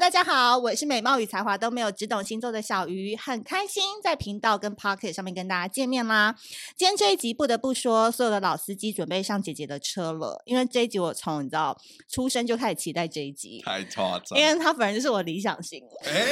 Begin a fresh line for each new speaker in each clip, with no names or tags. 大家好，我是美貌与才华都没有，只懂星座的小鱼，很开心在频道跟 Pocket 上面跟大家见面啦。今天这一集不得不说，所有的老司机准备上姐姐的车了，因为这一集我从你知道出生就开始期待这一集，
太夸张
因！为它本人就是我理想型。
哎、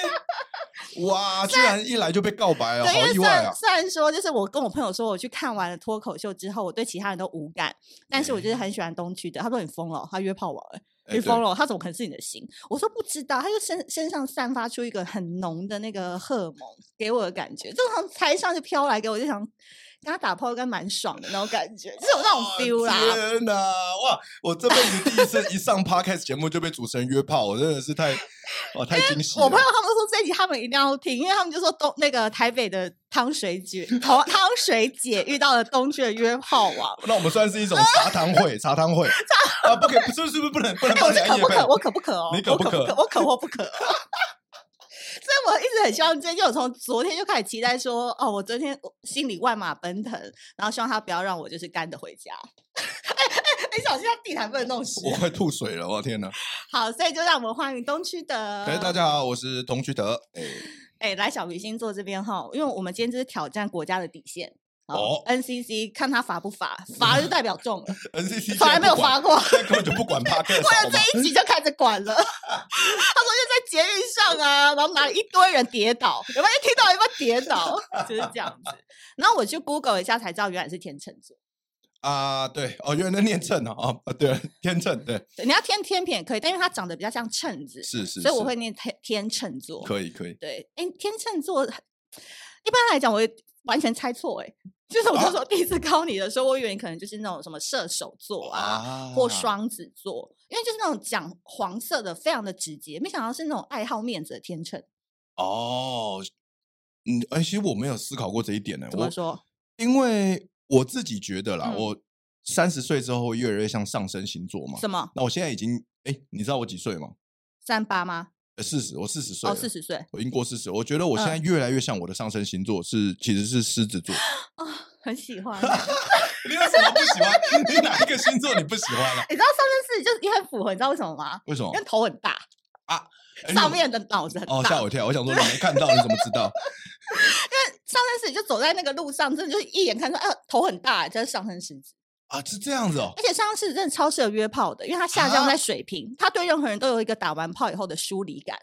哇，居然一来就被告白了，
对，因
好
为
意
虽
外
然、
啊！
虽然说，就是我跟我朋友说，我去看完了脱口秀之后，我对其他人都无感，但是我就是很喜欢东区的。他说你疯了，他约炮王、欸，
嗯哎
你
对
疯了，他怎么可能是你的心？我说不知道，他就身身上散发出一个很浓的那个荷尔蒙，给我的感觉，就从台上就飘来给我，我就想跟他打炮应该蛮爽的那种感觉，就是有那种 feel 啦。
哦天哪，哇！我这辈子第一次一上 podcast 节目就被主持人约炮，我真的是太哇太惊喜了！
我朋友他们说这一集他们一定要听，因为他们就说东那个台北的汤水姐， 汤汤水姐遇到了东区的约炮王，
那我们算是一种茶汤会， 茶汤会啊，不可以，不是是不是不能不能
哎，我
放
是
两
可
夜
不可，
配？
我可不可哦？
你
我
可不可
可？我可或不可哦？所以我一直很希望这件，就我从昨天就开始期待说，哦，我昨天我心里万马奔腾，然后希望他不要让我就是干的回家。 哎哎，哎小心他地毯不能弄湿。
我快吐水了，我天哪！
好，所以就让我们欢迎东区的，
哎，大家好，我是童居德。哎，
哎，来小鱼星座这边哈，因为我们今天就是挑战国家的底线。
哦
，NCC 看他罚不罚， 罚就代表中了，
NCC
从来没有罚
现
过。
在 不管，现在根本就不 管 podcast
为
好
了
吗？
这一集就开始管 了。他说就在捷运上啊，然后哪里一堆人跌倒，有没有一听到有没有跌倒， 就是这样子。然后我去 Google 一下才知道，原来是天秤座。
啊，对，哦，原来那念秤哦，啊，对，天秤，对，
对你要天天平也可以，但因为它长得比较像秤子，
是是，
所以我
是
会念天天秤座。
可以可以。
对，哎，天秤座一般来讲，我也完全猜错哎、就是我那时候第一次高你的时候，我以为你可能就是那种什么射手座啊，
嗯
或双子座，因为就是那种讲黄色的非常的直接，没想到是那种爱好面子的天秤。
哦，嗯，哎，其实我没有思考过这一点呢。
怎么
我
说？
因为我自己觉得啦，
嗯
我三十岁之后会越来越像上升星座嘛。
什么
那我现在已经，哎，你知道我几岁吗？呃
三八吗？
四十，我四十岁
哦，
了，
四十嗯岁
我已经过四十。我觉得我现在越来越像我的上升星座是，其实是狮子座。
啊、很喜欢欸。
你有什么不喜欢？你哪一个星座你不喜欢了？啊
你知道上升狮子就是也很符合，你知道为什么吗？
为什么
因？为头很大，
哦哎你怎
上
么
面的脑子很大。
哦，吓我一跳！我想说你没看到，你怎么知道？
上升狮子就走在那个路上，真的就是一眼看出，哎、呦，头很大欸，这是上升狮子。
啊，是这样子哦。
而且上升狮子真的超适合约炮的，因为它下降
啊
在水平，它对任何人都有一个打完炮以后的疏离感。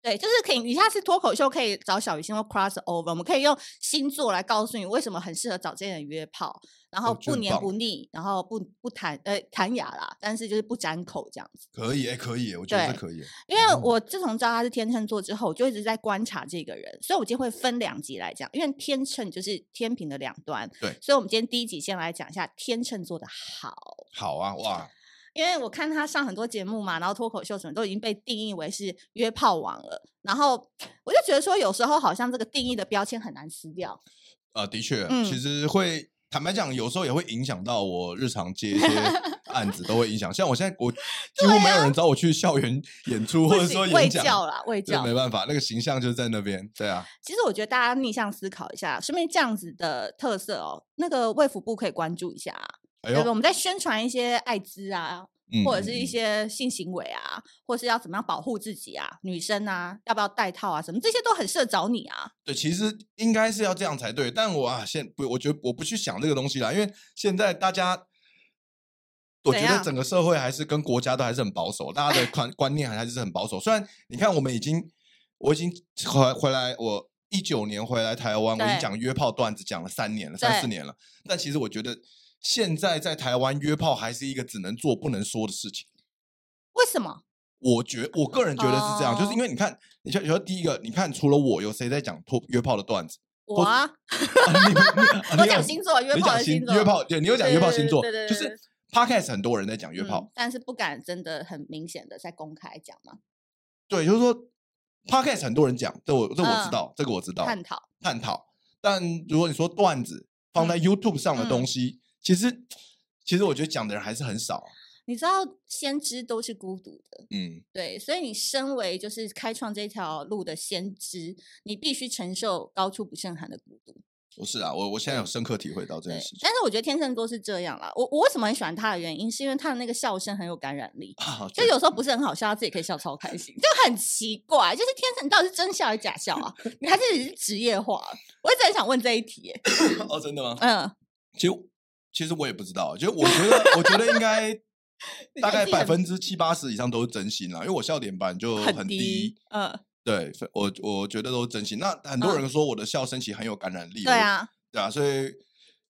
对，就是可以，你下次脱口秀可以找小鱼星座 cross over，我们可以用星座来告诉你为什么很适合找这些人约炮，然后
我觉得
不
很
黏
哦棒
不腻，然后不不谈呃谈雅啦，但是就是不沾口这样子。
可以，哎，可以，我觉得
对
这可以。
因为
哦
我自从知道他是天秤座之后，我就一直在观察这个人，所以我今天会分两集来讲，因为天秤就是天平的两端，
对
所以我们今天第一集先来讲一下天秤座的好。
好啊，哇，
因为我看他上很多节目嘛，然后脱口秀什么都已经被定义为是约炮王了，然后我就觉得说，有时候好像这个定义的标签很难撕掉。
呃，的确，
嗯
其实会坦白讲，有时候也会影响到我日常接 一些案子，都会影响。像我现在，我几乎没有人找我去校园 演出，或
啊不
者
行
说
卫
演
教
讲，
啦，卫
这
教
没。办法，那个形象就在那边。对啊，
其实我觉得大家逆向思考一下，顺便这样子的特色哦，那个卫福部可以关注一下、啊，
哎
对不对？
呦，
我们在宣传一些艾滋啊，
嗯
或者是一。
嗯嗯
些性行为啊，或是要怎么样保护自己啊，女生啊，要不要戴套啊，什么这些都很适合找你啊。
对，其实应该是要这样才对，但我啊，现不，我觉得我不去想这个东西啦，因为现在大家。我
怎
觉得
样
整个社会还是跟国家都还是很保守，大家的 观观念还是很保守。虽然你看，我们已经，我已经回回来，我一九年回来台湾，我已
对
经讲约炮段子讲了三年了，三四
对
年了。但其实我觉得现在在台湾约炮还是一个只能做不能说的事情。
为什么？
我觉我个人觉得是这样，就是
哦
因为你看，你像，你说第一个，你看除了我，有谁在讲脱约炮的段子？
我啊，
啊你啊
我
你有
讲星座，约
你
炮
讲
的
星
星座，
约炮，对，你有讲约炮星座，
对对对
就
对对
是 podcast 很多人在讲约炮
嗯，但是不敢真的很明显的在公开讲嘛，
对，就是说 podcast 很多人讲，这我这我
嗯
知道，这个我知道，
探嗯讨。
探讨。但如果你说段子放在 YouTube 上的
嗯
东西，其实其实我觉得讲的人还是很少，
你知道，先知都是孤独的，
嗯，
对，所以你身为就是开创这条路的先知，你必须承受高处不胜寒的孤独。
不是啊，我我现在有深刻体会到这
对
件事，情
但是我觉得天秤座是这样啦。我我为什么很喜欢他的原因，是因为他的那个笑声很有感染力，
啊，
就
对
有时候不是很好笑，他自己可以笑超开心，就很奇怪。就是天秤，你到底是真笑还是假笑啊？你还是只是职业化？我一直很想问这一题耶、
哦，真的吗？
嗯，
其实其实我也不知道，就我觉得我觉得应该
你
大
觉
概
得自己
百
很
分之七八十以上都是真心啦，因为我笑点板就
很
低。，
嗯，
对，我我觉得都是真心。那很多人说我的笑声其实很有感染力，
对啊，
对啊，所以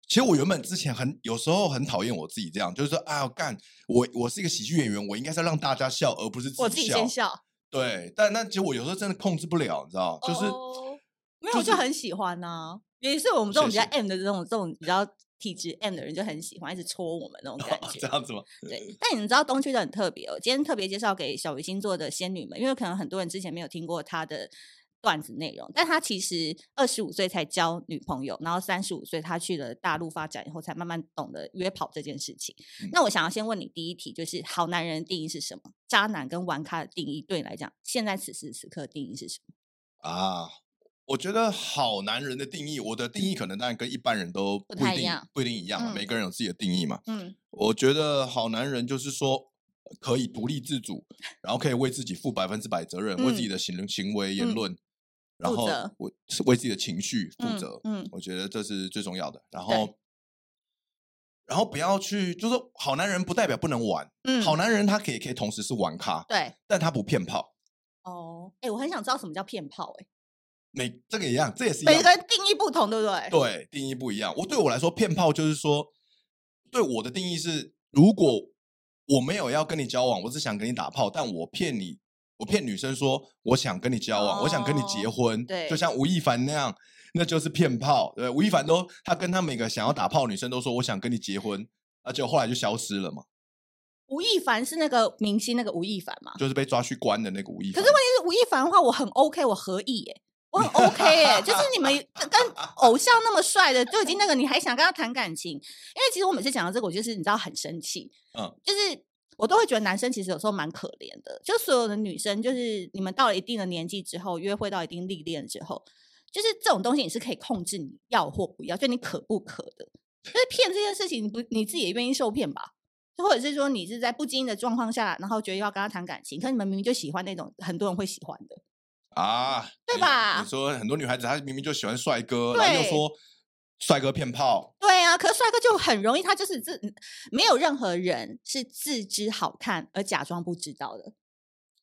其实我原本之前很有时候很讨厌我自己这样，就是说啊干，我我是一个喜剧演员，我应该是要让大家笑，而不是
我
自
自
己
己
笑。
先笑，
对，但但其实我有时候真的控制不了，你知道，就是、
哦没有，我就很喜欢呐、也是我们这种比
谢
较
谢
M 的这种这种比较体质 M 的人就很喜欢，一直戳我们那种感觉
哦 这。样子吗？
对，但你知道东区的很特别哦，今天特别介绍给小鱼星座的仙女们，因为可能很多人之前没有听过她的段子内容，但她其实二十五岁才交女朋友，然后三十五岁她去了大陆发展以后，才慢慢懂得约跑这件事情。
嗯
那我想要先问你第一题，就是好男人的定义是什么？渣男跟玩咖的定义对你来讲，现在此时此刻的定义是什么？
啊，我觉得好男人的定义，我的定义可能当然跟一般人都不
太
一
一
定
样，
不一定一样啊，
嗯
每个人有自己的定义嘛。
嗯，
我觉得好男人就是说可以独立自主，然后可以为自己负百分之百责任，为自己
嗯
的行行为言
嗯
论，然
负
后
责
为是为自己的情绪负责。
嗯，
我觉得这是最重要的。然
对
后，然后不要去，就是说好男人不代表不能玩，
嗯
好
难，
男人他可以可以同时是玩咖，
对，
但他不骗炮。
哦，哎、我很想知道什么叫骗炮、哎，
每这个一样，这也是一样
每个人定义不同，对不对？
对，定义不一样。我对我来说，骗炮就是说，对我的定义是，如果我没有要跟你交往，我只想跟你打炮，但我骗你，我骗女生说我想跟你交往，我想跟你结
哦
婚，就
对
像吴亦凡那样，那就是骗炮。对，吴亦凡都他跟他每个想要打炮的女生都说我想跟你结婚，而且后来就消失了嘛，
吴亦凡是那个明星，那个吴亦凡嘛。
就是被抓去关的那个吴亦
可
凡。
是问题是，吴亦凡的话，我很 OK，我合意耶、我很 OK 耶、就是你们跟跟偶像那么帅的，就已经那个，你还想跟他谈感情？因为其实我每次讲到这个，我就是你知道很生气，
嗯，
就是我都会觉得男生其实有时候蛮可怜的，就所有的女生，就是你们到了一定的年纪之后，约会到一定历练之后，就是这种东西你是可以控制你要或不要，就你可不可的，就是骗这件事情，你不你自己也愿意受骗吧？就或者是说你是在不经意的状况下，然后觉得要跟他谈感情，可你们明明就喜欢那种很多人会喜欢的，
啊，
对
你
吧
你说很多女孩子她明明就喜欢帅哥，然后又
对
说帅哥骗炮，
对啊，可是帅哥就很容易，他就是自没有任何人是自知好看而假装不知道的。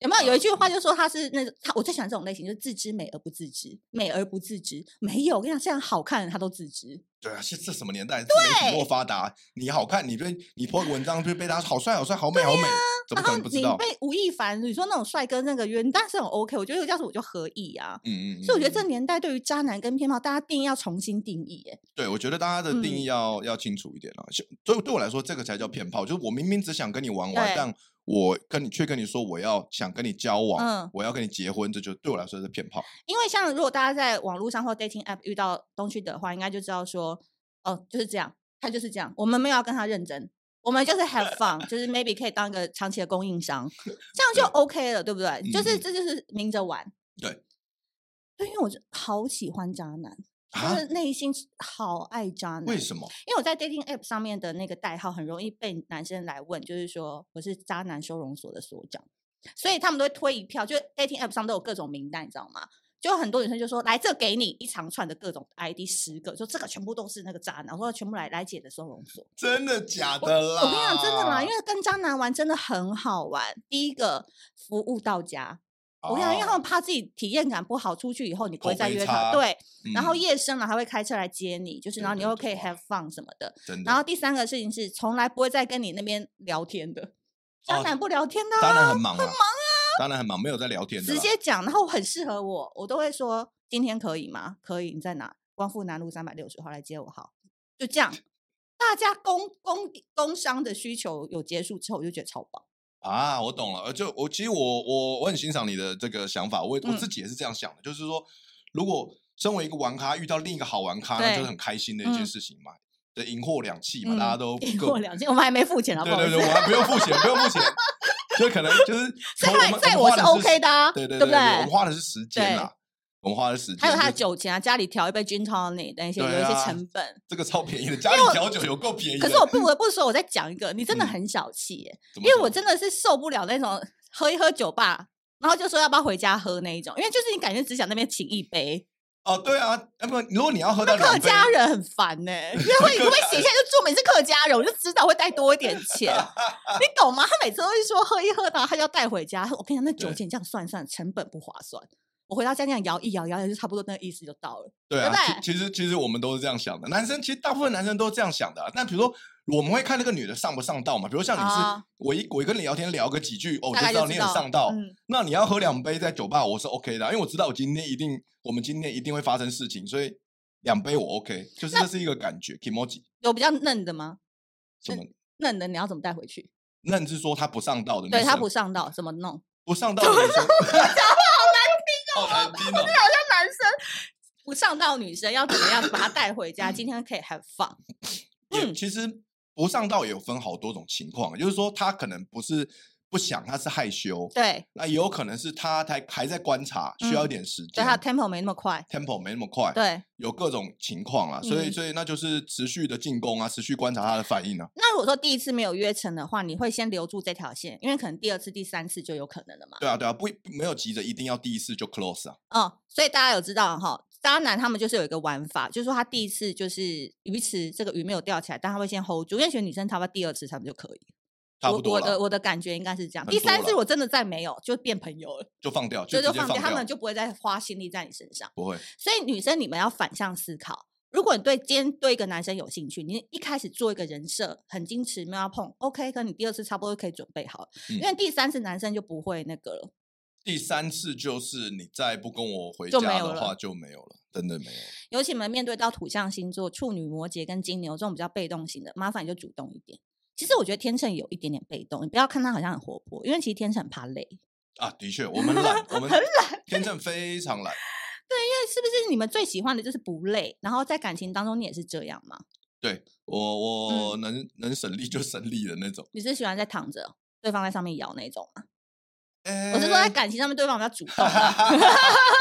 有没有有一句话
嗯
就说他是那种他我最喜欢这种类型，就是自知美而不自知，美而不自知。没有，我跟你讲，现在好看的他都自知，
对啊，现这什么年代，自媒体
对
多发达，你好看，你被你 po 文章就被大家好帅好帅好美好美，怎
然
么可
后
能不知
啊你
道？
被吴亦凡，你说那种帅哥那个约，但是很 OK，我觉得有这样子我就合意啊。
嗯嗯，
所以我觉得这
嗯
年代对于渣男跟偏炮，大家定义要重新定义、耶。
对我觉得大家的
嗯
定义要、要清楚一点啊。就对对我来说，这个才叫骗炮，就是我明明只想跟你玩玩，
对
但我跟你却跟你说我要想跟你交往，
嗯
我要跟你结婚，这就对我来说是骗炮。
因为像如果大家在网络上或 dating app 遇到东区的话，应该就知道说，哦，就是这样，他就是这样，我们没有要跟他认真，我们就是 have fun，就是 maybe 可以当一个长期的供应商，这样就 OK 了，对不对？就是
嗯嗯
这就是明着玩。
对。
对，因为我就好喜欢渣男，
啊
就，是内心好爱渣男。
为什么？
因为我在 dating app 上面的那个代号很容易被男生来问，就是说我是渣男收容所的所长，所以他们都会推一票，就 dating app 上都有各种名单，你知道吗？就很多女生就说：“来，这给你一长串的各种 ID，十个，说这个全部都是那个渣男，我说全部来来姐的收容所。
真的假的啦？
我跟你讲，真的啦，因为跟渣男玩真的很好玩。第一个服务到家，我跟你讲，因为他们怕自己体验感不好，出去以后你不
哦口
会再
碑
约他，
差
对。
们
然后夜深了还会开车来接你，就是
对
然后你
对
又
对
可以
哇
have fun 什么的。
真的，
然后第三个事情是，从来不会再跟你那边聊天的，渣
哦
男不聊天的
当
啊、
然很忙很忙啊，当然很忙，没有在聊天的
直
啦，
接讲。然后很适合我，我都会说今天可以吗？可以，你在哪？光复南路三百六十号来接我，好，就这样。大家工工工商的需求有结束之后，我就觉得超棒。
啊，我懂了。呃，就我其实我我我很欣赏你的这个想法，我也我
嗯
自己也是这样想的，就是说，如果身为一个玩咖遇到另一个好玩咖，那就是
对
很开心的一件
嗯
事情嘛，对，赢货两气嘛，大家
嗯
都
一
各
货两千，我们还没付钱啊，不
对
好意
对
思
对，。我还不用付钱，不用付钱，就可能就是
所
从
以
我
在
们
在
我
我
们
是
花的
OK 的啊，
对对
不
对，我们
对？
花的是时间啦，文化的时间，
还有他的
就
酒钱啊，家里调一杯 gin tonic 那些、
对
有一些
啊
成本。
这个超便宜的，家里调酒有够便宜的。
可是我不得不说，我再讲一个，你真的
嗯
很小气耶、
怎么
因为
说
我真的是受不了那种喝一喝酒吧，然后就说要不要回家喝那一种，因为就是你感觉只想那边请一杯，
哦，对啊，要不然如果你要喝到
客
两杯
家人很烦呢、因为会会写下来就注明是客家人，我就知道会带多一点钱，你懂吗？他每次都会说喝一喝，然后他就要带回家。我跟你讲，那酒
对
钱这样算一算，成本不划算。我回到家这样摇一摇，摇一摇就差不多那个意思就到了。
对
对不
啊，
对
其其实其实我们都是这样想的，男生其实大部分男生都是这样想的啊、但比如说，我们会看那个女的上不上道嘛？比如像你是、
啊
我一我一跟你聊天聊个几句，哦，我
大
就
概
知
就
道
知
你很
道
上道。
嗯
那你要喝两杯在酒吧，我是 OK 的啊、因为我知道我今天一定我们今天一定会发生事情，所以两杯我 OK，就是这是一个感觉 i m o j i
有比较嫩的吗？
什么？
嫩的你要怎么带回去？
那是说他不上道的女生，
对他不上道怎么弄？
不上道的女 生，好难听哦，
男生不上道女生要怎么样把她带回家？今天可以 have fun。
也
嗯
其实不上道也有分好多种情况，就是说他可能不是不想，他是害羞，
对，
那也有可能是他还还在观察，需要一点时
嗯对，
间、
他的 tempo 没那么快。
tempo 没那么快，
对，
有各种情况啦，所以
嗯
所以那就是持续的进攻啊，持续观察他的反应啊，
那如果说第一次没有约成的话，你会先留住这条线，因为可能第二次、第三次就有可能了嘛。
对啊对啊，不没有急着一定要第一次就 close 啊，
哦，所以大家有知道哈，渣男他们就是有一个玩法，就是说他第一次就是鱼池这个鱼没有钓起来，但他会先 hold 住，因为其实女生差不多第二次他们就可以。
差不
我
多
我的
了
我的感觉应该是这样，
很
第
多
三次
啦哦
我真的再没有就变朋友了，
就放掉，
就
直
就
接
放
掉，
他们就不会再花心力在你身上。
不会，
所以女生你们要反向思考，如果你对今天对一个男生有兴趣，你一开始做一个人设，很矜持，没有要碰，OK，可你第二次差不多可以准备好了，因
嗯
为第三次男生就不会那个了。
第三次就是你再不跟我回家
就没有
的
了
话就没有了，真的没有了。
尤其你们面对到土象星座，处女、摩羯跟金牛这种比较被动型的，麻烦你就主动一点。其实我觉得天秤有一点点被动，你不要看他好像很活泼，因为其实天秤很怕累。
啊，的确，我 们懒，我们
很
懒，天秤非常懒。
但是不是你们最喜欢的就是不累？然后在感情当中你也是这样吗？
对我，
嗯
我能、能省力就省力的那种。
你是喜欢在躺着，对方在上面摇那种吗？
我
我是说
嗯
在感情上面对方比较主动啊、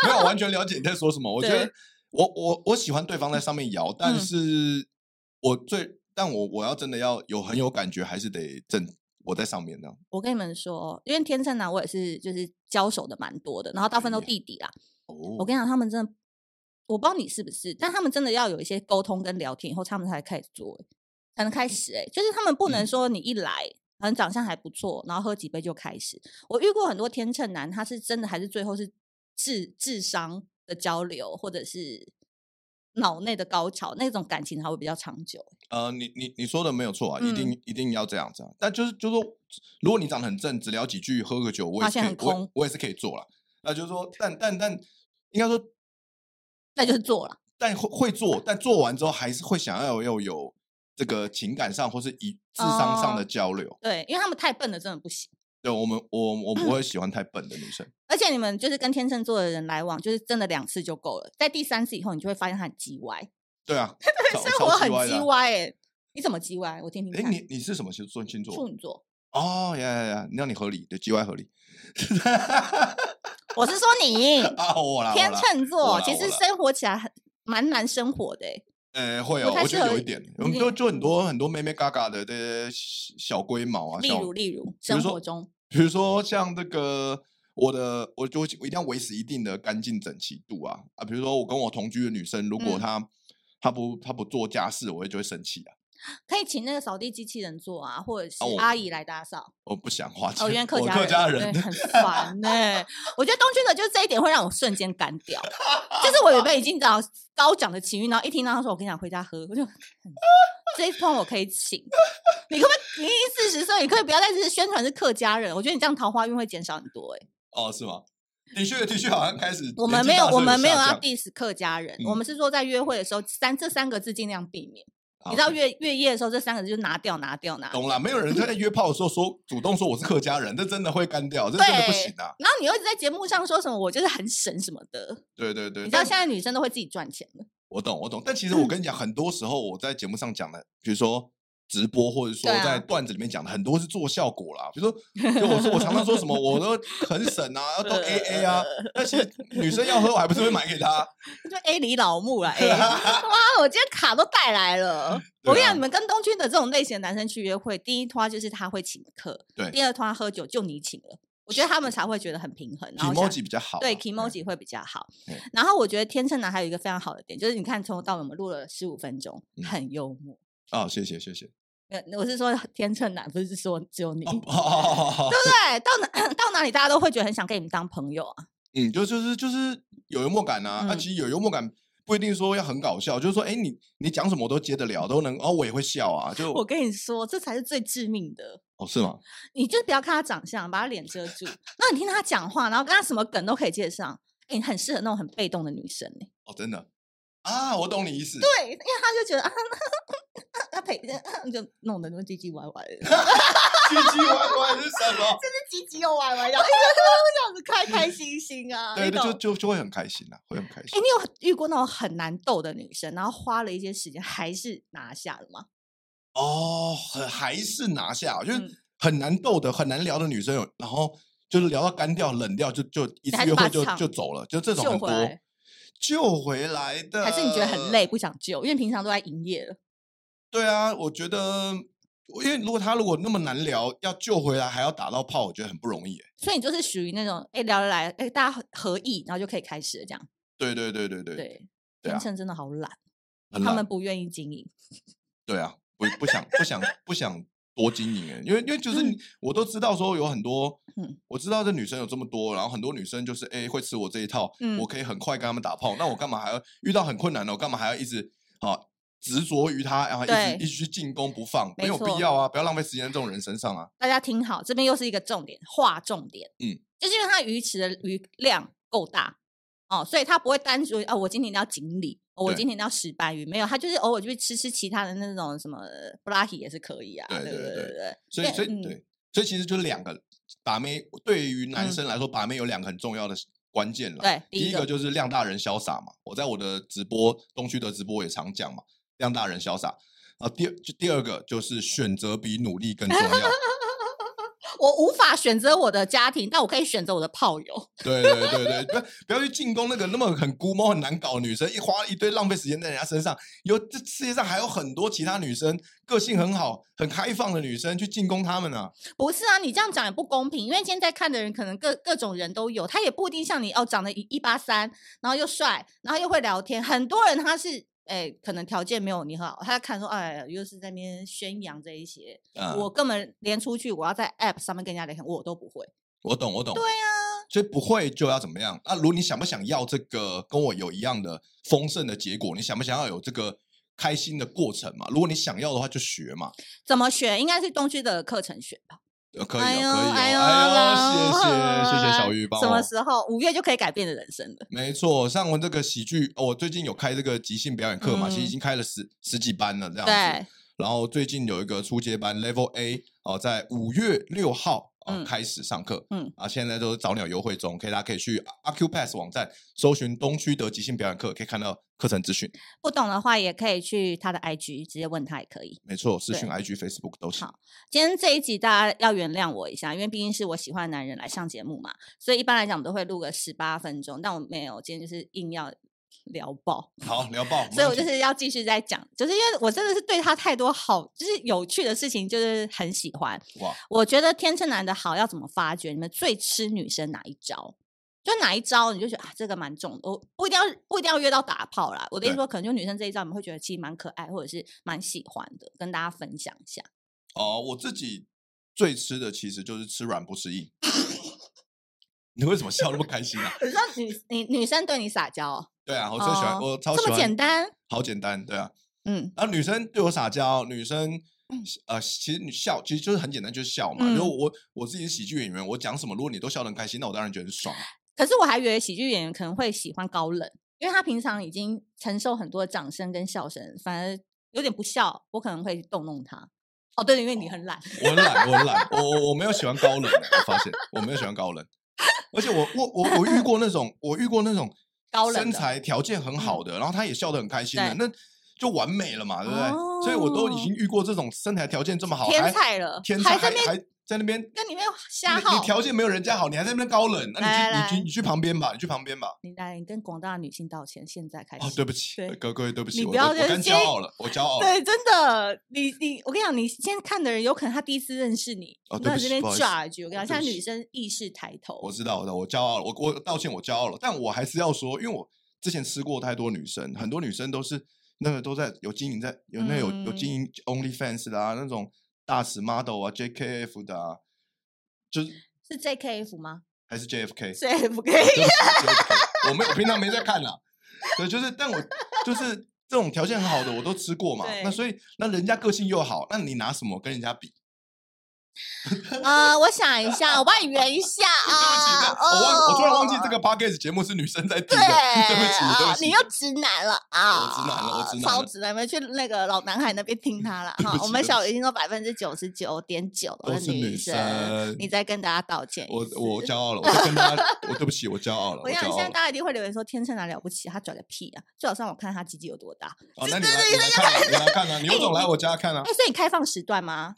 没有完全了解你在说什么。我觉得
对
我我我喜欢对方在上面摇，但
嗯
是我最但我我要真的要有很有感觉，还是得正我在上面那样。
我跟你们说，因为天秤啊男我也是就是交手的蛮多的，然后大部分都
哎呀
弟弟啦。我
哦，
跟你讲，他们真的，我不知道你是不是，但他们真的要有一些沟通跟聊天以后，他们才开始做欸，才能开始、欸。哎，就是他们不能
嗯
说你一来，可能长相还不错，然后喝几杯就开始。我遇过很多天秤男，他是真的还是最后是智智商的交流，或者是脑内的高潮，那种感情才会比较长久。欸
呃，你你你说的没有错啊，一定、
嗯
一定要这样子啊。但就是就是说，如果你长得很正，只聊几句，喝个酒，我也
发
是
现
可
很，
以我也
空
我也是可以做了。那就是说，但但但应该说
那就是做了，
但会会做，但做完之后还是会想要要有这个情感上或是以智商上的
哦
交流。
对，因为他们太笨了，真的不行。
对我们，我我不会喜欢太笨的女生。
而且你们就是跟天秤座的人来往，就是真的两次就够了，在第三次以后，你就会发现他很叽歪。
对 啊，超
所以
超
我很
歪的
叽
啊。
歪哎、你怎么叽歪？我听听
哎，
看。
你你是什么星座？星
处
座？
女座，
哦，呀呀呀，那你合理，对，G Y 合理。
我是说 你
啊，我啦，我
哎天
啦，
秤
我
座，
啦
其
我
实
啦
生活起来很蛮难生活的、欸。
呃，会
不
哦，
太
我觉得
适合
有一点，我们
你
就就很多很多妹妹嘎嘎的这些小小龟毛啊，
例
小
如，例如
比如
生
说
活中，
比如说像这个我的，我就我一定要维持一定的干净整齐度啊啊，比如说我跟我同居的女生，如果
嗯
她、她不她不做家事，我就会生气啊，
可以请那个扫地机器人做啊，或者是
我
阿姨来打扫。
我不想花钱，
哦，因为
我
家
客家
人
人
对，很烦呢、 我觉得东君的就是这一点会让我瞬间干掉，就是我原本已经到高涨的情绪，然后一听到他说我跟你讲回家喝，我就这一通我可以请。你可不可以？你已经四十岁，你可以不要再只是宣传是客家人，我觉得你这样桃花运会减少很多、欸。
哦，是吗？的确，的确，好像开始
我
年
们
纪
没有，
大
我
时候
们没有
下
要
降
diss 客家人，
嗯
我们是说在约会的时候，三这三个字尽量避免。
好
你知道月月夜的时候，这三个字就拿掉，拿掉，拿掉。
懂了，没有人在约炮的时候说主动说我是客家人，这真的会干掉，这
对
真的不行啊！
然后你又一直在节目上说什么我就是很省什么的，
对对对，
你知道
但
现在女生都会自己赚钱了。嗯
我懂我懂，但其实我跟你讲，很多时候我在节目上讲的，比如说直播或者说
对啊
在段子里面讲的很多是做效果啦，比 如说，就我说我常常说什么我都很省啊，要都
嗯呃
A A 啊，那其实女生要喝我还不是会买给她，
就 A 你老木 啦 A，哇，我今天卡都带来了。
对
我跟你
啊
讲，你们跟东区的这种类型的男生去约会，第一拖就是他会请客，
对
第二拖喝酒就你请了，我觉得他们才会觉得很平衡。 然后想
emoji 比较好啊，
对 k i m o j i 会比较好
对。
然后我觉得天秤男还有一个非常好的点，就是你看从头到尾我们录了十五分钟
嗯，
很幽默。
啊，谢谢谢谢，
呃我是说天秤男，不是说只有你，对
哦
不
哦哦哦哦哦
对？到哪 到哪里大家都会觉得很想跟你们当朋友啊。
嗯，就就是就是有幽默感啊，那、
嗯
其实有幽默感不一定说要很搞笑，就是说，哎，你你讲什么我都接得了，都能，哦，我也会笑啊，就
我跟你说，这才是最致命的。
哦是吗？
你就不要看他长相，把他脸遮住。那你听他讲话，然后跟他什么梗都可以接得上。哎、你很适合那种很被动的女生哎、
哦，真的啊，我懂你意思，
对，因为他就觉得啊，他陪就弄得那么唧唧歪歪的，
唧唧歪歪是什么？
唧唧又歪 歪的，哎这样子开开心心啊，
对，
你懂
就。就就会很开心啊，会很开
哎、
心。
你有遇过那种很难斗的女生，然后花了一些时间还是拿下了吗？
哦，很还是拿下，啊就是
嗯
很难斗的、很难聊的女生有，然后就是聊到干掉、冷掉，就就
你
一次
还
约
是把她
会就
唱
就走了，就这种
救
很
回
多呃
来。
救回来的，
还是你觉得很累，不想救？因为平常都在营业了。
对啊，我觉得，因为如果他如果那么难聊，要救回来还要打到炮，我觉得很不容易耶。
所以你就是属于那种，哎、聊得来，哎、大家合合意，然后就可以开始了这样。
对对对对对，
对，
对啊
天秤真的好懒，
很
他
懒
们不愿意经营。
对啊，不不想不想不想多经营哎，因为因为就是你我都知道说有很多，
嗯
我知道这女生有这么多，然后很多女生就是哎会吃我这一套，我
嗯
可以很快跟他们打炮，那我干嘛还要遇到很困难的，我干嘛还要一直啊执着于他，然后一
对
直一直去进攻不放，没
没
有必
错
要啊，不要浪费时间在这种人身上啊。
大家听好，这边又是一个重点，划重点。
嗯，
就是因为它鱼池的鱼量够大哦，所以它不会单纯哦，我今天一定要锦鲤，哦我
对
今天一定要石斑鱼，没有，它就是偶尔就去吃吃其他的那种什么布拉提也是可以啊，
对
对
对
对
对
对。
所以，所以、
嗯
对，所以其实就两个把妹，对于男
嗯
生来说，把妹有两个很重要的关键了。
对，第
第一
一个
个就是量大人潇洒嘛，我在我的直播东区的直播也常讲嘛，量大人潇洒。啊，第二就第二个就是选择比努力更重 要。
我无法选择我的家庭，但我可以选择我的炮友。
对对对对，不要不要去进攻那个那么很孤猫很难搞的女生，一花一堆浪费时间在人家身上。有这世界上还有很多其他女生个性很好、很开放的女生去进攻她们啊。
不是啊，你这样讲也不公平，因为今天在看的人可能各各种人都有，他也不一定像你哦，长得一一八三，然后又帅，然后又会聊天。很多人他是哎，可能条件没有你好，他在看说哎，又是在那边宣扬这一些，
嗯，
我根本连出去我要在 App 上面跟人家聊天，我都不会。
我懂，我懂。
对啊，
所以不会就要怎么样？那、如果你想不想要这个跟我有一样的丰盛的结果，你想不想要有这个开心的过程嘛？如果你想要的话，就学嘛。
怎么学？应该是东区的课程学吧。
呃，可以、哦，
哎
可以、
呦，
哦，哎
呦，
呀，谢谢，谢谢小
老
鱼帮
什么
我。
时候五月就可以改变的人生了？
没错，上完这个喜剧，哦我最近有开这个即兴表演课嘛，其实已
嗯
经开了十十几班了这样子。
对，
然后最近有一个初阶班 Level A 哦，在五月六号啊、哦
嗯
开始上课。
嗯
啊，现在都是早鸟优惠中，可以大家可以去啊 AcuPass 网站搜寻东区的即兴表演课，可以看到课程资讯。
不懂的话也可以去他的 IG 直接问他也可以。
没错，私讯
对
IG、Facebook 都行。
好今天这一集大家要原谅我一下，因为毕竟是我喜欢的男人来上节目嘛，所以一般来讲我们都会录个十八分钟，但我没有，今天就是硬要聊爆，
好，聊爆。没
所以我
问
就
题
是要继续再讲，就是因为我真的是对他太多好，就是有趣的事情，就是很喜欢。
哇，
我觉得天秤男的好要怎么发掘？你们最吃女生哪一招？就哪一招你就觉得啊，这个蛮重的，我不一定要不一定要约到打炮啦。我的意思
对
说，可能就女生这一招，你们会觉得其实蛮可爱，或者是蛮喜欢的，跟大家分享一下。
哦，我自己最吃的其实就是吃软不吃 硬。你为什么笑那么开心啊？
你说女你女生对你撒娇哦，
对啊，我最喜欢，
哦
我超喜
这
欢。
么简，单？
好简单，对啊。
嗯，
然后女生对我撒娇，女生呃，其实你笑其实就是很简单，就是笑嘛。如
嗯
果我我自己是喜剧演员，我讲什么，如果你都笑得很开心，那我当然觉得很爽。
可是我还以为喜剧演员可能会喜欢高冷，因为他平常已经承受很多掌声跟笑声，反而有点不笑，我可能会动弄他。哦，对，因为你很懒，
我很懒，我很懒，我我我没有喜欢高冷的，我发现我没有喜欢高冷，而且我我我我遇过那种，我遇过那种
高冷
身
的嗯
材条件很好的，然后他也笑得很开心的，
对
那就完美了嘛，对不对？
哦
所以我都已经遇过这种身材条件这么好，
天
还
才了，
天才
还在
还
那边
还在那边
跟里面瞎
你你
耗。
条件没有人家好，你还在那边高冷，那、
来
你去你
来
去你去旁边吧，你去旁边吧。
你来，你跟广大女性道歉，现在开始。
哦，对不哦起，
对
各各位对不起，
你
我
不要
我我
就是
刚
先
骄傲了，我骄傲了。
对，真的，你你，我跟你讲，你现在看的人有可能他第一次认识你，
哦
你
对
在
不
这
起
边
不好意思
judge。我跟你
哦
讲，现在
对不
女
起
生意识抬头，
我知道，我知道，我骄傲了，我我道歉，我骄傲了，但我还是要说，因为我之前吃过太多女生，很多女生都是那个都在有经营在有那有有
嗯
经营 OnlyFans 的啊，那种大尺 model 啊，JKF 的啊，就是
是 JKF 吗
还是 JFK，
？JFK
对不起 JFK 我没我平常没在看啦，对，就是但我就是这种条件很好的我都吃过嘛，那
对
所以那人家个性又好，那你拿什么跟人家比？
啊，我想一 下，我帮你圆一下
对不起，
啊。
对我忘我突然忘记这
个。
个 podcast 节目是女生在听的，
对，
对不起，对
啊
不起，
你又直男了啊！
我直男了我直男
超
了
直男，你们去那个老男孩那边听他 了
对
哈
不。
我
起
们
对
小
不
鱼听说百分之九十九点九
都是
女
女生
你再跟大家道歉一
我
次。
我骄傲了，我就跟他，我对不起，我骄傲了，
我
骄
想现
傲
在
了。啊
大家一定会留言说天秤男了不起，他拽个屁啊！最好让我看他鸡鸡有多大。
哦，那你来你来看啊，你来看啊，你有种来我家看啊
哎、！所以你开放时段 吗？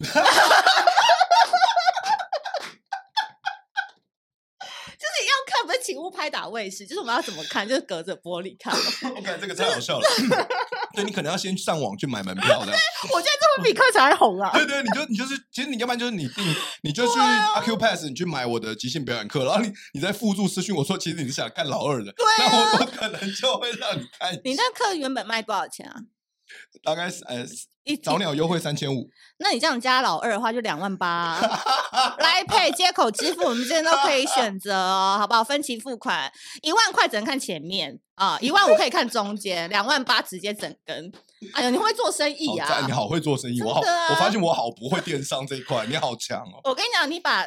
就是要看，不是请勿拍打卫视，就是我们要怎么看， 就是隔着玻璃 看。
我感觉这个太好笑了。 对你可能要先上网去买门票 的。
我觉得这会比课程还红 啊！
对对，你就你就是，其实你要不然就是你订，你就去 Acupass，你去买我的即兴表演课，然后你你在附注私讯我说，其实你是想看老二的，那
啊
我我可能就会让你看一下。
你那课原本卖多少钱啊？
大概是呃
一
早
一
鸟优惠三千五，
那你这样加老二的话，就两万八。 来 Pay 接口支付，我们这边都可以选择哦，好不好？分期付款，一万块只能看前面啊，一万五可以看中间，两万八直接整根。哎呦，你会不会做生意
好
啊！
哦赞，你好会做生意，我好，
真的啊
我发现我好不会电商这一块，你好强哦。
我跟你讲，你把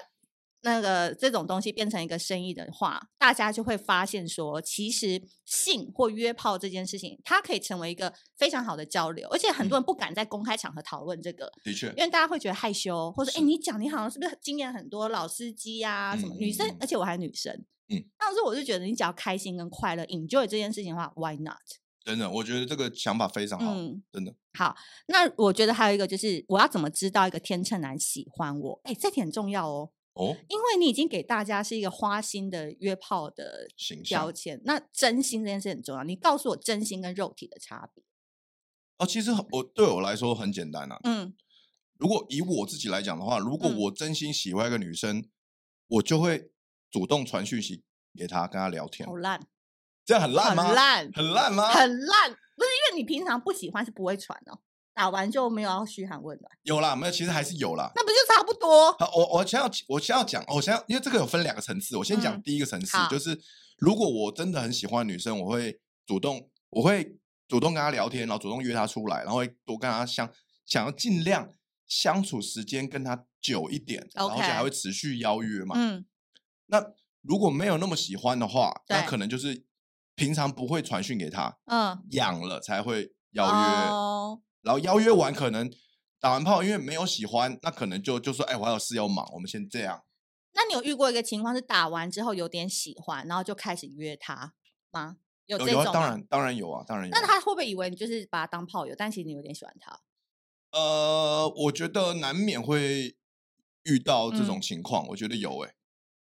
那个这种东西变成一个生意的话，大家就会发现说，其实性或约炮这件事情，它可以成为一个非常好的交流，而且很
嗯
多人不敢在公开场合讨论这个，
的确，
因为大家会觉得害羞，或者哎、诶你讲你好像是不是经验很多，老司机呀、什么、女
嗯嗯
生
嗯，
而且我还是女生，
嗯，
当时我就觉得你只要开心跟快乐，enjoy 这件事情的话，why not？
真的，我觉得这个想法非常好，
嗯，
哦真的。
好，那我觉得还有一个就是，我要怎么知道一个天秤男喜欢我？哎、这点很重要哦，
哦，
因为你已经给大家是一个花心的约炮的
形
标
象
签，那真心这件事很重要。你告诉我真心跟肉体的差别。
哦，其实很我对我来说很简单啊。
嗯，
如果以我自己来讲的话，如果
嗯
我真心喜欢一个女生，我就会主动传讯息给她，跟她聊天
好，烂，
这样很烂
很
吗？啊
烂，
很烂吗？
很烂，不是因为你平常不喜欢是不会传哦，打完就没有要嘘寒问暖，
有啦，没有，其实还是有啦。
那不就差不多？
好，我我先要我先要讲，哦我先要，因为这个有分两个层次，我先讲
嗯
第一个层次，
好
就是如果我真的很喜欢女生，我会主动，我会主动跟她聊天，然后主动约她出来，然后会多跟她相，想要尽量相处时间跟她久一点然后而且
OK
还会持续邀约嘛。
嗯，
那如果没有那么喜欢的话，那
对
可能就是平常不会传讯给她，
嗯，
养了才会邀约，
哦
然后邀约完可能。打完炮，因为没有喜欢，那可能就就说，哎，我还有事要忙，我们先这样。
那你有遇过一个情况是打完之后有点喜欢，然后就开始约他吗？有
有
这
有
种
啊，当
吗
然当然有啊，当然有啊。
那他会不会以为你就是把他当炮友，但其实你有点喜欢他？
呃，我觉得难免会遇到这种
嗯
情况，我觉得有诶、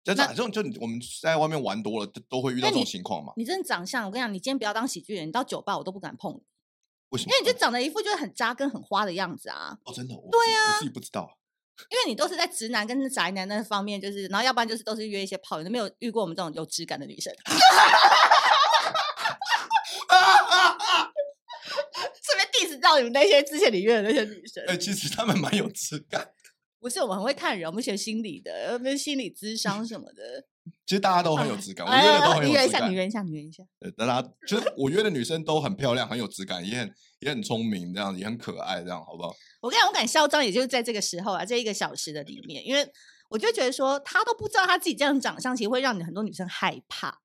就
那
这种就你我们在外面玩多了，都都会遇到
那
这种
你
情况嘛？
你真的长相，我跟你讲，你今天不要当喜剧人，你到酒吧我都不敢碰你，
为什
因
么？
为你就长得一副就是很渣跟很花的样子啊。
哦，真的，我对啊，我自己不知道。
因为你都是在直男跟宅男那方面，就是，然后要不然就是都是约一些炮友，你没有遇过我们这种有质感的女生。 顺便 diss 到你们那些之前你约的那些女生，
哎、其实他们蛮有质感，
不是我们很会看人，我们学心理的，我们心理智商什么的。哎
其实大家都
哦
很有质感，我约的都很
你
有
约一
质
下，你
感。
约一下，你约一下。
对大家就是我约的女生都很漂亮，很有质感，也很也很聪明，这样也很可爱，这样好不好？
我跟你讲，我敢嚣张，也就是在这个时候啊，这一个小时的里面，因为我就觉得说，他都不知道他自己这样长相，其实会让你很多女生害怕。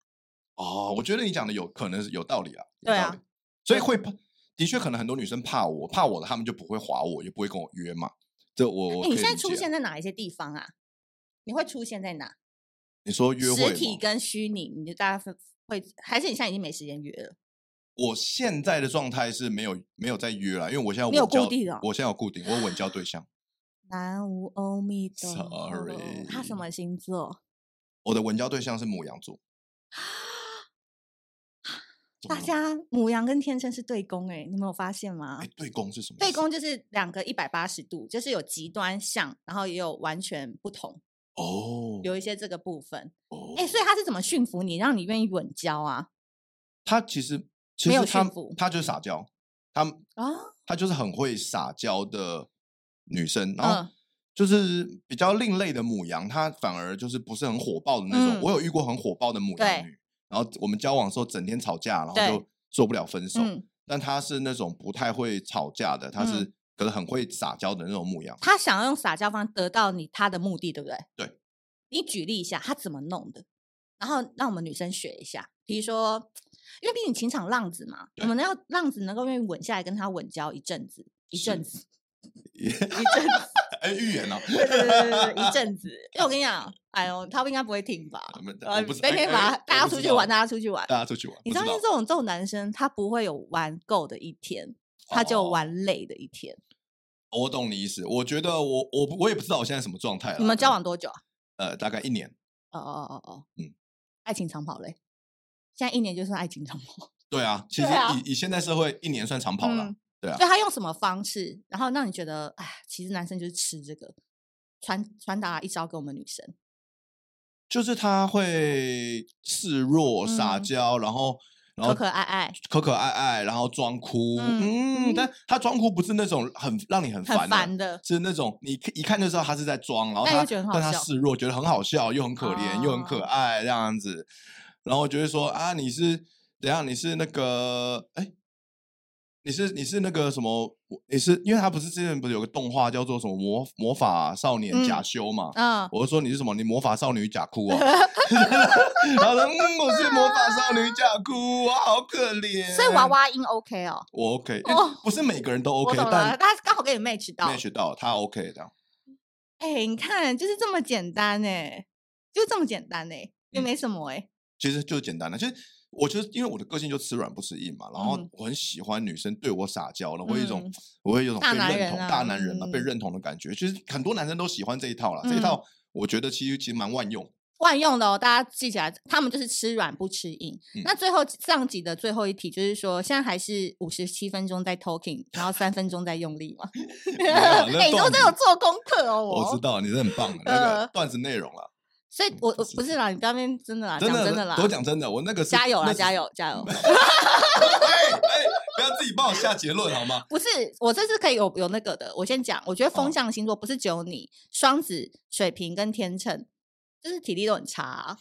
哦，我觉得你讲的有可能是有道理啊，有
对
道
啊
理，所以会怕，的确可能很多女生怕我，怕我的，她们就不会划我，也不会跟我约嘛。这我我
哎、
可以
你现在
理解
出
啊
现在哪一些地方啊？你会出现在哪？
你说约会
实体
吗
跟虚拟，你就大家会会，还是你现在已经没时间约了？
我现在的状态是没有没有在约了，因为我现在
没有
稳交
固定的
我现在有固定，我有稳交对象，
南无阿弥陀佛
Sorry
他什么星座？
我的稳交对象是母羊 座。怎么
大
了
家母羊跟天秤是对宫哎、你们有发现吗？
哎，对攻是什么意
对
思？
宫就是两个一百八十度，就是有极端像，然后也有完全不同，
哦，
有一些这个部分。
哦
哎、所以他是怎么驯服你，让你愿意稳交啊？
他其实其
没
实
有
他
驯服
他就是撒娇，他
啊，
她就是很会撒娇的女生，然后
嗯
就是比较另类的母羊，她反而就是不是很火爆的那
嗯
种。我有遇过很火爆的母
对
羊女，然后我们交往的时候整天吵架，然后
对
就做不了分手。
嗯，
但她是那种不太会吵架的，她是、
嗯
可是很会撒娇的那种母羊。
他想要用撒娇方得到你他的目的，对不对？
对，
你举例一下他怎么弄的，然后让我们女生学一下，比如说。因为毕竟情场浪子嘛，我
对
们要浪子能够愿意稳下来，跟他稳交一阵子，一阵
是
子，一阵子，
哎，预言 哦、
对对对对 对，一阵子。因为我跟你讲，哎呦，他应该不会听吧？
我们
呃
我不是
那
哎
天
哎
把
我
他大家
不
出
知
去玩，
道啊
大家出去玩。
大家出去玩，
你
不
相
知
信
道
这种这种男生，他不会有玩够的一天，他就
哦
有玩累的一天。
我懂你意思。我觉得我我不我也不知道我现在什么状态了。
你们交
但
往多久啊？
呃大概一年，
哦哦哦哦，
嗯，
爱情长跑嘞，现在一年就算爱情长跑。
对啊，其实
对
以、
啊
以现在社会一年算长跑了。
嗯
对啊
所以他用什么方式，然后让你觉得，哎，其实男生就是吃这个，传传达一招给我们女生。
就是他会示弱、撒
嗯
娇，然后然后
可可爱爱
可可爱爱，然后装哭。
嗯
嗯，
嗯
但他装哭不是那种很让你很
很
烦的，
烦的，
是那种你一看就知道他是在装，然后
但
他
又觉得很好
但他
笑
示弱，觉得很好笑，又很可怜，又很可
哦
爱这样子，然后就会说啊，你是怎样？你是那个哎。你是你是那个什么？你是因为他不是之前不是有个动画叫做什么魔魔法少年
嗯
假修嘛？
嗯，
我就说你是什么？你魔法少女假哭哦。 然后说嗯，我是魔法少女假哭，我好可怜。
所以娃娃音 OK 哦，
我 OK，、
哦
不是每个人都
我
嗯 OK，
懂了，
但
他刚好跟你 match 到。
match 到他 OK 这样。
哎、你看，就是这么简单哎、就这么简单哎、也
嗯
没什么哎、
其实就是简单的，其实我觉得因为我的个性就吃软不吃硬嘛，然后
嗯
我很喜欢女生对我撒娇了，我有一种、
嗯
我会有种
大
被
男
认
人
同
啊
大男人嘛、被
嗯
认同的感觉。其实很多男生都喜欢这一套啦，这一
嗯
套我觉得其实其实蛮万用。
万用的哦，大家记起来，他们就是吃软不吃硬。
嗯
那最后上集的最后一题就是说，现在还是五十七分钟在 talking，然后三分钟在用力 嘛。
有啊
哎、
那
你都
段
在
子
有做功课哦，
我知。道你是很棒的那
呃
个段子内容了，
所以我，我
不
不是啦，你不要那边真的啦，
真
啊讲
的
真的啦，
我讲真的，我那个是
加油啦，
那是
加油，加油！
哎哎，不要自己帮我下结论好吗？
不是，我这是可以有有那个的。我先讲，我觉得风
哦
象星座不是只有你，双子、水瓶跟天秤，就是体力都很差啊、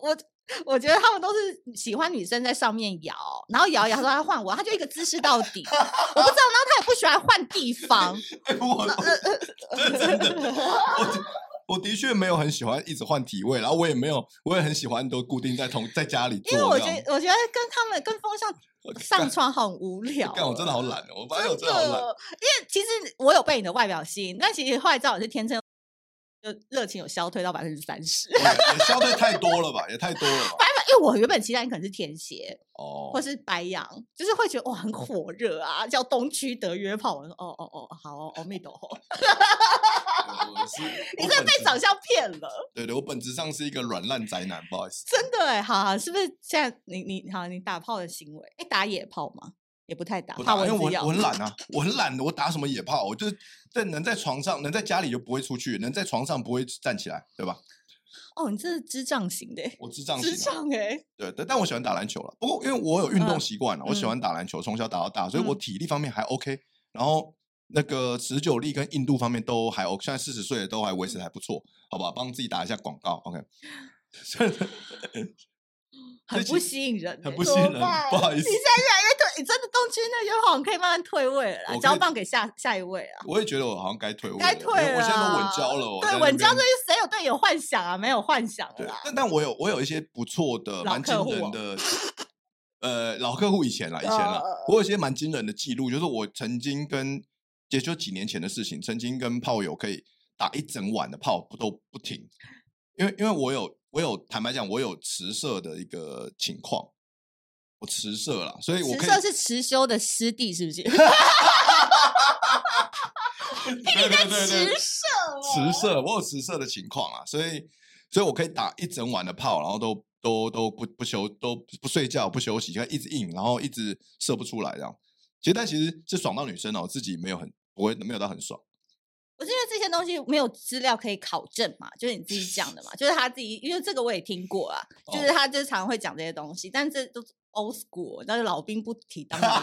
我我觉得他们都是喜欢女生在上面摇，然后摇一摇说他换我，他就一个姿势到底。我不知道，然后他也不喜欢换地 方。
哎我 真的真的，我的我的确没有很喜欢一直换体位，然后我也没有，我也很喜欢都固定在同在家里做
因
这
为
样。
我觉得，我觉得跟他们跟风象上
啊 干
床很无聊。欸
干我真的好懒哦，我发现我
真
真的好
的，因
懒。
为其实我有被你的外表吸引，但其实后来知道我是天秤，就热情有消退到百分之三十。
我也也消费太多了吧，也太多了吧。
白白，因为我原本期待你可能是天蝎
哦
或，是白羊，就是会觉得哇很火热啊，叫东区德约炮。我说哦哦哦，好哦，阿弥陀 佛，
我我是
你
我
这
本
被
质
长相骗了，
对对，我本质上是一个软烂宅男，不好意思。
真的哎，好好，是不是？现在你你好，你打炮的行为，哎，打野炮吗？也不太打，
不
怕
打，因为
蚊
我
子咬
我。很懒啊，我很懒的，我打什么野炮，我就是在能在床上，能在家里就不会出去，能在床上不会站起来，对吧？
哦，你这是智障型的欸，
我智障型
智
啊，
障 哎，
对，但但我喜欢打篮球了。不过因为我有运动
嗯
习惯了，我喜
嗯
欢打篮球，从小打到大，所以我
嗯
体力方面还 OK，然后那个持久力跟硬度方面都还 OK，现在四十岁了都还维持得还不错，好吧？帮自己打一下广告，OK。
很
这
不
集
吸引人欸，
很不
怎
吸引
么
人
办
不好意
你
思
现在越来越退，你真的东区那约炮，你可以慢慢退位了啦，
我
交
可以
棒给下下一位啊。
我也觉得我好像该退位了，
该
因
退
为我现在都稳
啦
交了，我在
对，
那
稳交这
边
些谁有对你有幻想啊？没有幻想了
对
啦。，
但但我有我有一些不错的、
老
蛮惊
客户哦
人的，呃，老客户以前啦，以前啦，
呃
我有一些蛮惊人的记录，就是我曾经跟也就几年前的事情，曾经跟炮友可以打一整晚的炮不都不停，因为因为我有我有坦白讲，我有迟射的一个情况，我迟射了，所以我
迟
可以
射是迟修的师弟，是不 是？哎
对对对对
迟射
迟射，我有迟射的情况啊，所以所以我可以打一整晚的炮，然后都都都不不休，都不睡觉，不休息，就一直硬，然后一直射不出来这样。其实但其实是爽到女生哦，自己没有很不会没有到很爽，
我是因为这些东西没有资料可以考证嘛，就是你自己讲的嘛，就是他自己，因为这个我也听过啊，就是
哦
他就是常会讲这些东西，但这都是 old school，那就老兵不提当 然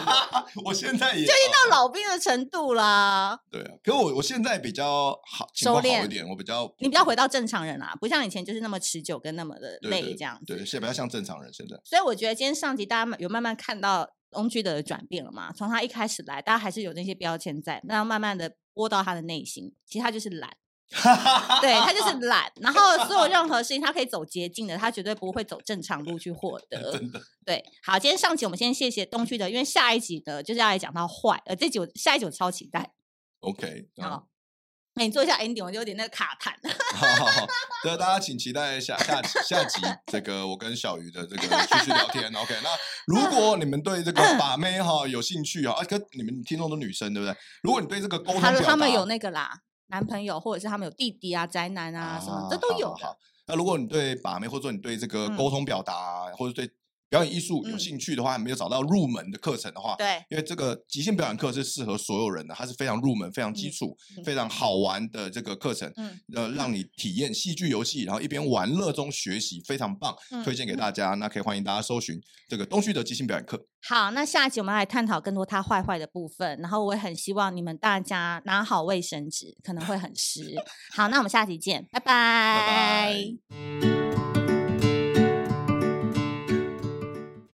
有
我现在也
就已
啊
经到老兵的程度啦。
对啊，可是我我现在比较好，情况
收
好一
敛
点，我比较
你比较回到正常人啦、啊不像以前就是那么持久跟那么的
对
累
对
这样子。
对，现在比较像正常人现在。
所以我觉得今天上集大家有慢慢看到翁居德的转变了嘛？从他一开始来，大家还是有那些标签在，那慢慢的播到他的内心，其实他就是懒， 对他就是懒，然后所有任何事情他可以走捷径的，他绝对不会走正常路去获得。
真的，
对，好，今天上集我们先谢谢东区的，因为下一集呢就是要来讲到坏，呃，这集我下一集我超期待。
OK，嗯
好，那、你做一下 ending，我就有点那个卡痰。
好好好，对大家请期待下下集下集这个我跟小鱼的这个继续聊天。OK，那如果你们对这个把妹哈有兴趣啊，啊，跟你们听众都女生对不对？如哦果你对这个沟通
他
表
说
达，
他们有那个啦，男朋友或者是他们有弟弟啊、宅男啊什么，这都
好
有
好
的
好。那如果你对把妹，或者说你对这个
嗯
沟通表达啊，或者对表演艺术有
嗯
兴趣的话，还没有找到入门的课程的话，
对，
因为这个即兴表演课是适合所有人的，它是非常入门、非常基
嗯
础、
嗯
非常好玩的这个课程，
嗯
呃，让你体验戏剧游戏，然后一边玩乐中学习，非常棒，
嗯
推荐给
嗯
大家。那可以欢迎大家搜寻这个东旭的即兴表演课。
好，那下一集我们来探讨更多他坏坏的部分，然后我也很希望你们大家拿好卫 生纸，可能会很湿。好，那我们下集见，拜
拜拜。